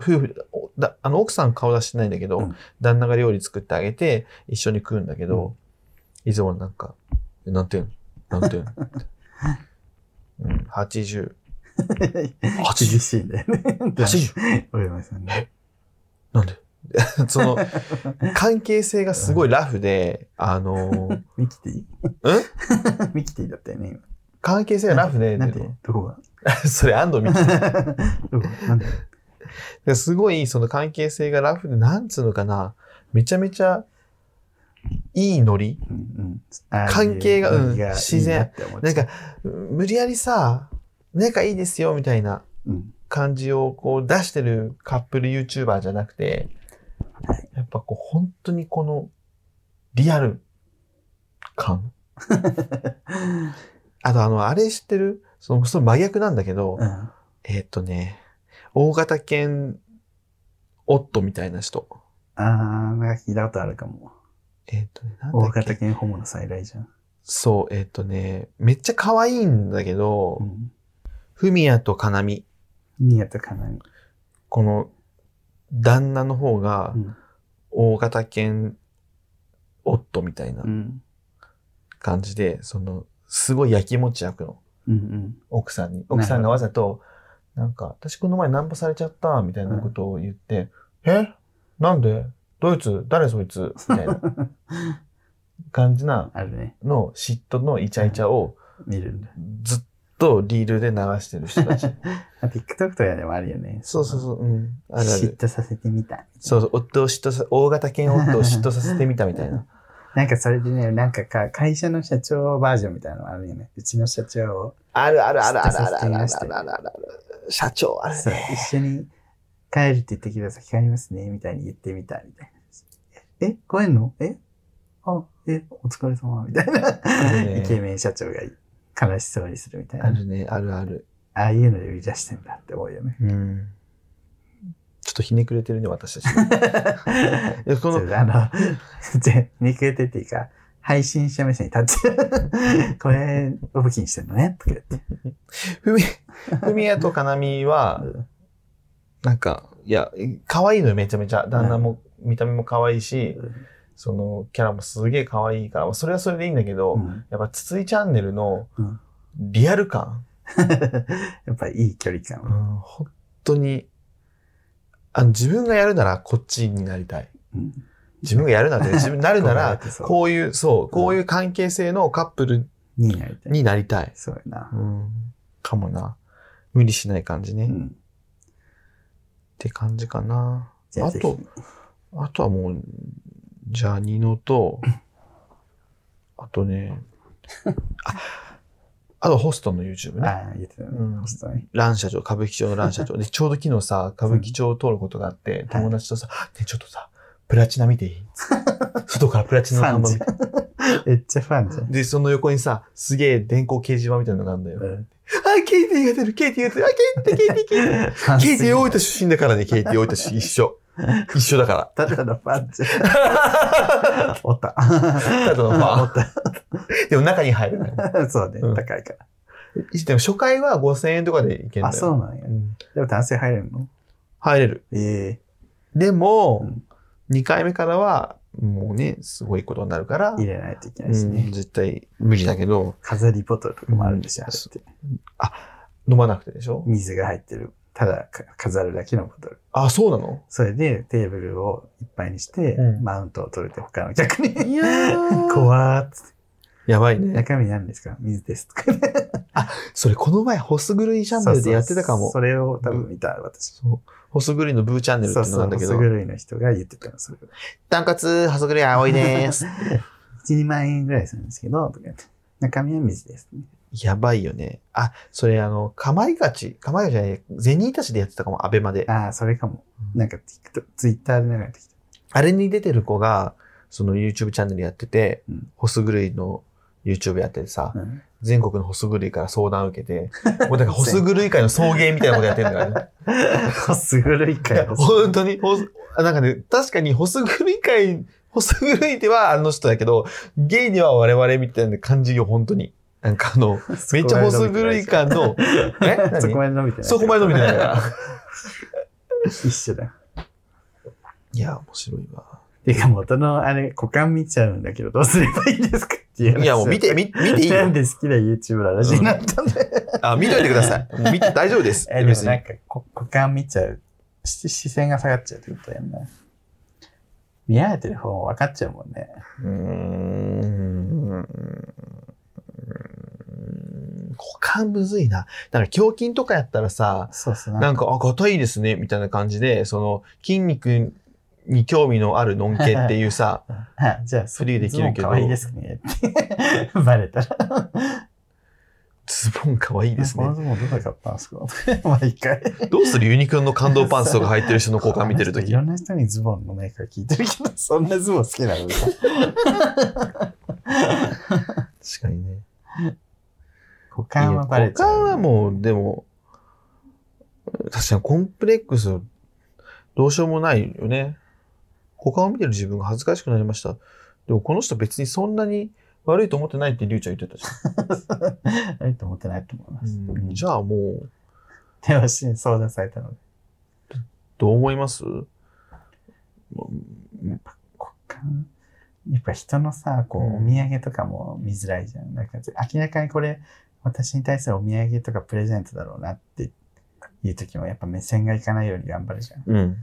Speaker 2: 夫婦、おだあの奥さん顔出してないんだけど、
Speaker 1: うん
Speaker 2: 旦那が料理作ってあげて、一緒に食うんだけど、いつもなんか、えなんていうのなんていうの うん、80。
Speaker 1: 厳しいんだよね。
Speaker 2: 80?
Speaker 1: お嫁さんね。
Speaker 2: なんで その、関係性がすごいラフで、あの、
Speaker 1: ミキティ ミキティだったよね、今
Speaker 2: 関係性がラフで、
Speaker 1: なんて、どこが
Speaker 2: それ安藤美希
Speaker 1: どこなんだよ
Speaker 2: ですごい、その関係性がラフで、なんつうのかな、めちゃめちゃ、いいノリ
Speaker 1: うんうんあー
Speaker 2: 関係がうん
Speaker 1: いいな
Speaker 2: 自然
Speaker 1: って思っちゃ
Speaker 2: な
Speaker 1: うん
Speaker 2: か、無理やりさ、仲いいですよ、みたいな
Speaker 1: うん
Speaker 2: 感じをこう出してるカップル YouTuber じゃなくて、やっぱこう、本当にこの、リアル感。あと、あの、あれ知ってるその、その真逆なんだけど、
Speaker 1: うん
Speaker 2: えーっとね、大型犬、夫みたいな人。
Speaker 1: あー、なんか聞いたことあるかも。
Speaker 2: えーっとね、なんだ
Speaker 1: 大
Speaker 2: っけ
Speaker 1: 型犬ホモの再来じゃん。
Speaker 2: そう、えーっとね、めっちゃ可愛いんだけ
Speaker 1: う
Speaker 2: ど、
Speaker 1: ん。
Speaker 2: ふみやとかなみ、
Speaker 1: ニヤとかなに。
Speaker 2: この、旦那の方が
Speaker 1: う、ん
Speaker 2: 大型犬、夫みたいな
Speaker 1: うん。
Speaker 2: 感じで、その、すごい焼きもち焼くの。
Speaker 1: うんうん。
Speaker 2: 奥さんに。
Speaker 1: ほど
Speaker 2: 奥さんがわざと、なんか、私この前ナンパされちゃった、みたいなことを言って、えなんでドイツ誰そいつみた いな感じな
Speaker 1: あるね。
Speaker 2: の嫉妬のイチャイチャを
Speaker 1: 見るんだ。
Speaker 2: ずっとリールで流してる人 たち。
Speaker 1: あ TikTok とかでもあるよね。
Speaker 2: そうそうそう、うん。あるあ
Speaker 1: 嫉
Speaker 2: る。
Speaker 1: 妬させてみた。
Speaker 2: そうそう、夫を嫉妬さ、大型犬夫を嫉妬させてみたみたいな。
Speaker 1: なんかそれでね、なんかか会社の社長バージョンみたいなのもあるよね。うちの社長を
Speaker 2: あるあるあるあるあるあるあ
Speaker 1: 嫉妬さ
Speaker 2: る
Speaker 1: せてみました
Speaker 2: あるある社長、あれ
Speaker 1: そう
Speaker 2: ね。
Speaker 1: 一緒に帰るって言ってきた先帰りますね、みたいに言ってみたみたいな。え、帰んのえあ、え、お疲れ様みたいな。
Speaker 2: ね
Speaker 1: イケメン社長が悲しそうにするみたい
Speaker 2: あ
Speaker 1: な。
Speaker 2: るね、あるある。
Speaker 1: ああいうので売り出してんだって思うよ ね。
Speaker 2: うん。ちょっとひねくれてるね、私た ち。いやこ
Speaker 1: そ
Speaker 2: の
Speaker 1: うあの、じゃ見くれてっていうか、配信者目線に立って、 これを武器にしてんのねとか言って。
Speaker 2: ふみ、ふみやとかなみは、なんか、いや、可愛いのよ、めちゃめちゃ。旦那も、見た目も可愛いし、その、キャラもすげえ可愛いから、まあそれはそれでいいんだけど、
Speaker 1: うん
Speaker 2: やっぱ、つついチャンネルの
Speaker 1: うん、
Speaker 2: リアル感、
Speaker 1: やっぱいい距離
Speaker 2: う
Speaker 1: 感。
Speaker 2: ん、本当に、あの、自分がやるならこっちになりたい。
Speaker 1: うん
Speaker 2: 自分がやるなら、自分になるな
Speaker 1: こうや
Speaker 2: ら
Speaker 1: って、そう
Speaker 2: こういう、そう、こういう関係性のカップル
Speaker 1: になりたい。
Speaker 2: になりたい。
Speaker 1: そうやな
Speaker 2: う。ん、かもな。無理しない感じね。
Speaker 1: う
Speaker 2: っ
Speaker 1: ん。
Speaker 2: て感じかな。
Speaker 1: じゃあ
Speaker 2: あ
Speaker 1: ぜ
Speaker 2: と
Speaker 1: ひ。、
Speaker 2: あとはもう、じゃあ、ニノと、あとね、あ、あとホストの YouTube ね。
Speaker 1: ああ、言ってたね。
Speaker 2: うん
Speaker 1: ホストね
Speaker 2: ラン社長、歌舞伎町のラン 社長。で、ちょうど昨日さ、歌舞伎町を通ることがあって、友達とさ、ね、ちょっとさ、プラチナ見てい い外からプラチナの看板見て。
Speaker 1: めっちゃファンじゃん。
Speaker 2: で、その横にさ、すげえ電光掲示板みたいなのがあるんだよ。
Speaker 1: うん
Speaker 2: あ、ケイティが出る、ケイティが出る、あ、ケイティ、ケイティ、ケイティ。
Speaker 1: ファンす
Speaker 2: ケ
Speaker 1: ぎ
Speaker 2: イティ大分出身だからね、ケイティ大分出身一緒。一緒だか
Speaker 1: ただのファンじゃん。
Speaker 2: ら。
Speaker 1: お った。
Speaker 2: ただのファン
Speaker 1: おっ
Speaker 2: でも中に入れない。
Speaker 1: た。そうね
Speaker 2: う。ん
Speaker 1: 高いか
Speaker 2: でも初回は5000円とかでいける
Speaker 1: ら。
Speaker 2: んだよ。
Speaker 1: あ、そうなんや
Speaker 2: う。ん
Speaker 1: でも男性入れるの
Speaker 2: 入れる。
Speaker 1: え
Speaker 2: で
Speaker 1: う
Speaker 2: も
Speaker 1: ん、
Speaker 2: 2回目からは、もうね、すごいことになるから、
Speaker 1: え、入れないといけな
Speaker 2: う
Speaker 1: いしね
Speaker 2: ん。絶対無理だけど、
Speaker 1: 飾りボトルとかもあるんでしょ、
Speaker 2: うん
Speaker 1: あれって。
Speaker 2: 飲まなくてでしょ
Speaker 1: 水が入ってる。ただか飾るだけのボトル。
Speaker 2: あ、そうなの
Speaker 1: それでテーブルをいっぱいにして
Speaker 2: う、ん
Speaker 1: マウントを取れて他の客に。
Speaker 2: いや ー
Speaker 1: 怖ーっつって。
Speaker 2: やばいね。
Speaker 1: 中身何ですか水ですとかね。
Speaker 2: それこの前、ホスグルイチャンネルでやってたか
Speaker 1: そう
Speaker 2: も
Speaker 1: そうそ。れを多分見た、私。
Speaker 2: そうホスグルイのブーチャンネルって
Speaker 1: そう
Speaker 2: の
Speaker 1: そ
Speaker 2: な
Speaker 1: う、
Speaker 2: んだけ
Speaker 1: 細
Speaker 2: ど、
Speaker 1: 狂いの人が言ってたの、それを。
Speaker 2: タンカツ、ホスグルイ葵です。
Speaker 1: 1、2万円ぐらいするんですけど、とか言って中身は水です、ね。
Speaker 2: やばいよね。あ、それあの、かまいがち、かまいがちじゃない、ゼニータチでやってたかも、アベマで。
Speaker 1: ああ、それかも。
Speaker 2: うん
Speaker 1: なんか、ツイッターで流れてきた。
Speaker 2: あれに出てる子が、その YouTube チャンネルやってて、
Speaker 1: うん
Speaker 2: ホスグルイの YouTube やっててさ、
Speaker 1: うん
Speaker 2: 全国のホスグルイから相談受 けて、もうだからホスグルイ界の送迎みたいなことやってるんだからね。
Speaker 1: ホスグルイ
Speaker 2: い
Speaker 1: 会
Speaker 2: や
Speaker 1: の
Speaker 2: 本当に、ホス、あなんかね、確かにホスグルイ界、ホスグルイではあの人だけど、ゲイには我々みたいな感じよ、本当に。なんかあの、 めっちゃホスグルイ感の、え何
Speaker 1: そこまで伸びてない。
Speaker 2: そこまで伸びてな いから。
Speaker 1: 一緒だ。
Speaker 2: いや、面白いわ。
Speaker 1: てか、元のあれ、股間見ちゃうんだけど、どうすればいいですかっていう話。
Speaker 2: いや、もう見て、見見ていい
Speaker 1: な
Speaker 2: よ
Speaker 1: ん。で好きな YouTube の話になったんだよ。
Speaker 2: あ、見といてください。見て大丈夫です。
Speaker 1: え、でも
Speaker 2: 別
Speaker 1: な
Speaker 2: に
Speaker 1: ん。か、こ股間見ちゃう。し視線が下がっちゃうってことやんな。見られてる方も分かっちゃうもんね。
Speaker 2: うーん。股間むずいな。だから胸筋とかやったらさ、
Speaker 1: そうそう。
Speaker 2: なんか、あ、硬いですね、みたいな感じで、その、筋肉に興味のあるのんけっていう さ、
Speaker 1: あじゃあ、
Speaker 2: フリーできるけど
Speaker 1: 可愛いですね。 バレたら。
Speaker 2: ズボン可愛いです
Speaker 1: こ
Speaker 2: ね
Speaker 1: の。ズボンどこで買ったんですか 毎回。
Speaker 2: どうするユニクロの感動パンツとか履いてる人の股間見てると
Speaker 1: い
Speaker 2: き。
Speaker 1: ろんな人にズボンのメーカー聞いてるけど、そんなズボン好きなのか
Speaker 2: 確かにね。
Speaker 1: 股
Speaker 2: いや
Speaker 1: 間はバレ
Speaker 2: 股
Speaker 1: ちゃう。
Speaker 2: 間はもう、でも、確かにコンプレックス、どうしようもないよね。股間を見てる自分が恥ずかしくなりました。でもこの人別にそんなに悪いと思ってないってりゅうちゃん言ってたじ
Speaker 1: あれと思ってないと思います。
Speaker 2: ゃん。
Speaker 1: うん
Speaker 2: じゃあもう、
Speaker 1: 手をし相談されたので。
Speaker 2: どう思います
Speaker 1: 股間やっぱ人のさ、こう、
Speaker 2: う
Speaker 1: お
Speaker 2: ん
Speaker 1: 土産とかも見づらいじゃん。なんか明らかにこれ、私に対するお土産とかプレゼントだろうなっていう時も、やっぱ目線がいかないように頑張るじゃ ん。
Speaker 2: うん。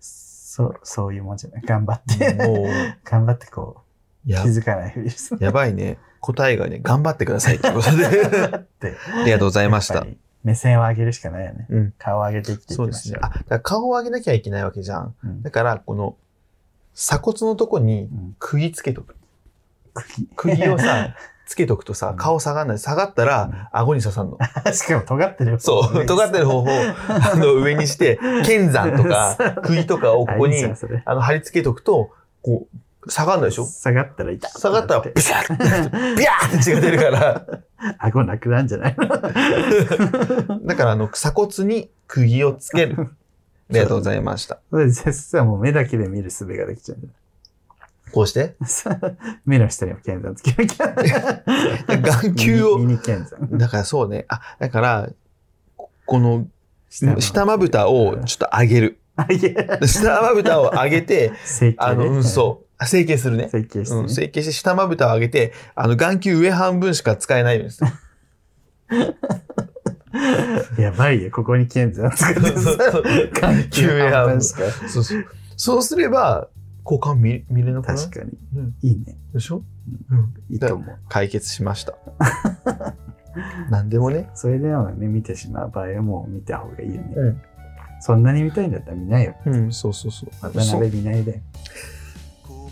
Speaker 1: そう、そういうもんじゃない。頑張って、
Speaker 2: もう、
Speaker 1: 頑張ってこう、気
Speaker 2: や、
Speaker 1: づかないふりをする。
Speaker 2: やばいね。答えがね、頑張ってくださいってこと で。
Speaker 1: って。
Speaker 2: ありがとうございまし
Speaker 1: やったぱ。り目線を上げるしかないよね。
Speaker 2: うん。
Speaker 1: 顔を上げて生きていき
Speaker 2: そう
Speaker 1: ま
Speaker 2: です
Speaker 1: しょ
Speaker 2: ね
Speaker 1: う。。
Speaker 2: あ、だから顔を上げなきゃいけないわけじゃん。
Speaker 1: うん
Speaker 2: だから、この、鎖骨のとこに
Speaker 1: うん
Speaker 2: 釘つけとく。
Speaker 1: 釘
Speaker 2: 釘 をさ、つけとくと
Speaker 1: う
Speaker 2: さ
Speaker 1: ん、
Speaker 2: 顔下がんない。下がったら、顎に刺さんの。
Speaker 1: しかも尖ってるよ。
Speaker 2: そう。 尖ってる方法を、あの、上にして、剣山 とか、釘とかをここ
Speaker 1: あいい
Speaker 2: に
Speaker 1: じゃん、それ
Speaker 2: あの、貼り付けとくと、こう、下がんないでしょ
Speaker 1: 下がったら痛い。
Speaker 2: 下がったら、
Speaker 1: だて
Speaker 2: ビシャッビャーって血が出るから。
Speaker 1: 顎なくなんじゃないの
Speaker 2: だから、あの、鎖骨に釘をつける。ありがとうございました。
Speaker 1: そうですそしたらもう目だけで見る術ができちゃうんだ
Speaker 2: こうして、
Speaker 1: そう目の下にも剣山つけなきゃ。
Speaker 2: 眼球を
Speaker 1: ミニミニ剣山。
Speaker 2: だからそうね。あ、だから、ここの、下まぶたをちょっと上げる。
Speaker 1: あ、いや、
Speaker 2: 下まぶたを上げ て、
Speaker 1: 整形ね。
Speaker 2: あの、うん、そう。あ整形するね。
Speaker 1: 整形して
Speaker 2: う
Speaker 1: ね、
Speaker 2: ん、整形して下まぶたを上げて、あの、眼球上半分しか使えないように する。
Speaker 1: やばいよ、ここに剣山つけてさ。眼球半分しか。
Speaker 2: そうそう。そうすれば、股間見見れなくな
Speaker 1: 確
Speaker 2: い
Speaker 1: かに
Speaker 2: うん。
Speaker 1: いいね。
Speaker 2: でしょ
Speaker 1: いいと思う。
Speaker 2: 解決しました。 何でもね。
Speaker 1: それでもね、見てしまう場合はもう見た方がいいよね。
Speaker 2: うん
Speaker 1: そんなに見たいんだったら見ないよ。
Speaker 2: うん、そうそうそう。
Speaker 1: 渡辺見ない で。
Speaker 2: そ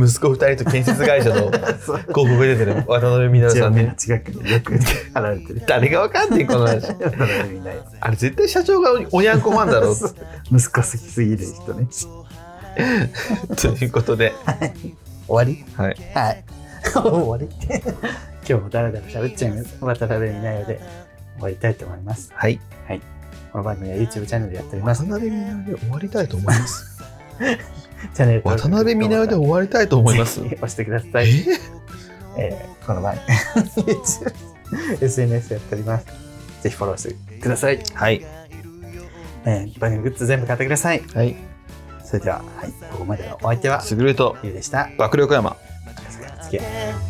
Speaker 2: う息子二人と建設会 社の広
Speaker 1: そう。
Speaker 2: 告出てる渡辺美奈
Speaker 1: 千
Speaker 2: さ
Speaker 1: 代
Speaker 2: ん
Speaker 1: 目
Speaker 2: ね
Speaker 1: の。近くによく貼られてる。
Speaker 2: 誰がわかんねえ、この 話。
Speaker 1: 渡辺見ないよ。
Speaker 2: あれ絶対社長がおにゃんこファンだ ろう
Speaker 1: そう息子好きすぎる人ね。
Speaker 2: ということで、
Speaker 1: 終わり
Speaker 2: はい、
Speaker 1: はい。終わりって。今日もだらだら喋っちゃいます。渡辺見ないよで終わりたいと思います。
Speaker 2: はい、
Speaker 1: この番組は YouTube チャンネルやっておりま
Speaker 2: 渡
Speaker 1: す。
Speaker 2: 辺美奈代で終わりたいと思います。
Speaker 1: チャンネル登
Speaker 2: 渡
Speaker 1: 録
Speaker 2: 辺美奈代で終わりたいと思います
Speaker 1: ぜ。ひ押してくだ
Speaker 2: え
Speaker 1: さい。えーこの前 YouTube SNS やっておりますぜひフォローしてください、
Speaker 2: はい、
Speaker 1: えー番組グッズ全部買ってください
Speaker 2: はい、
Speaker 1: それでは、はい、ここまでのお相手は
Speaker 2: すぐると
Speaker 1: ゆうでした
Speaker 2: 爆力山。
Speaker 1: 笠原つけ
Speaker 3: 「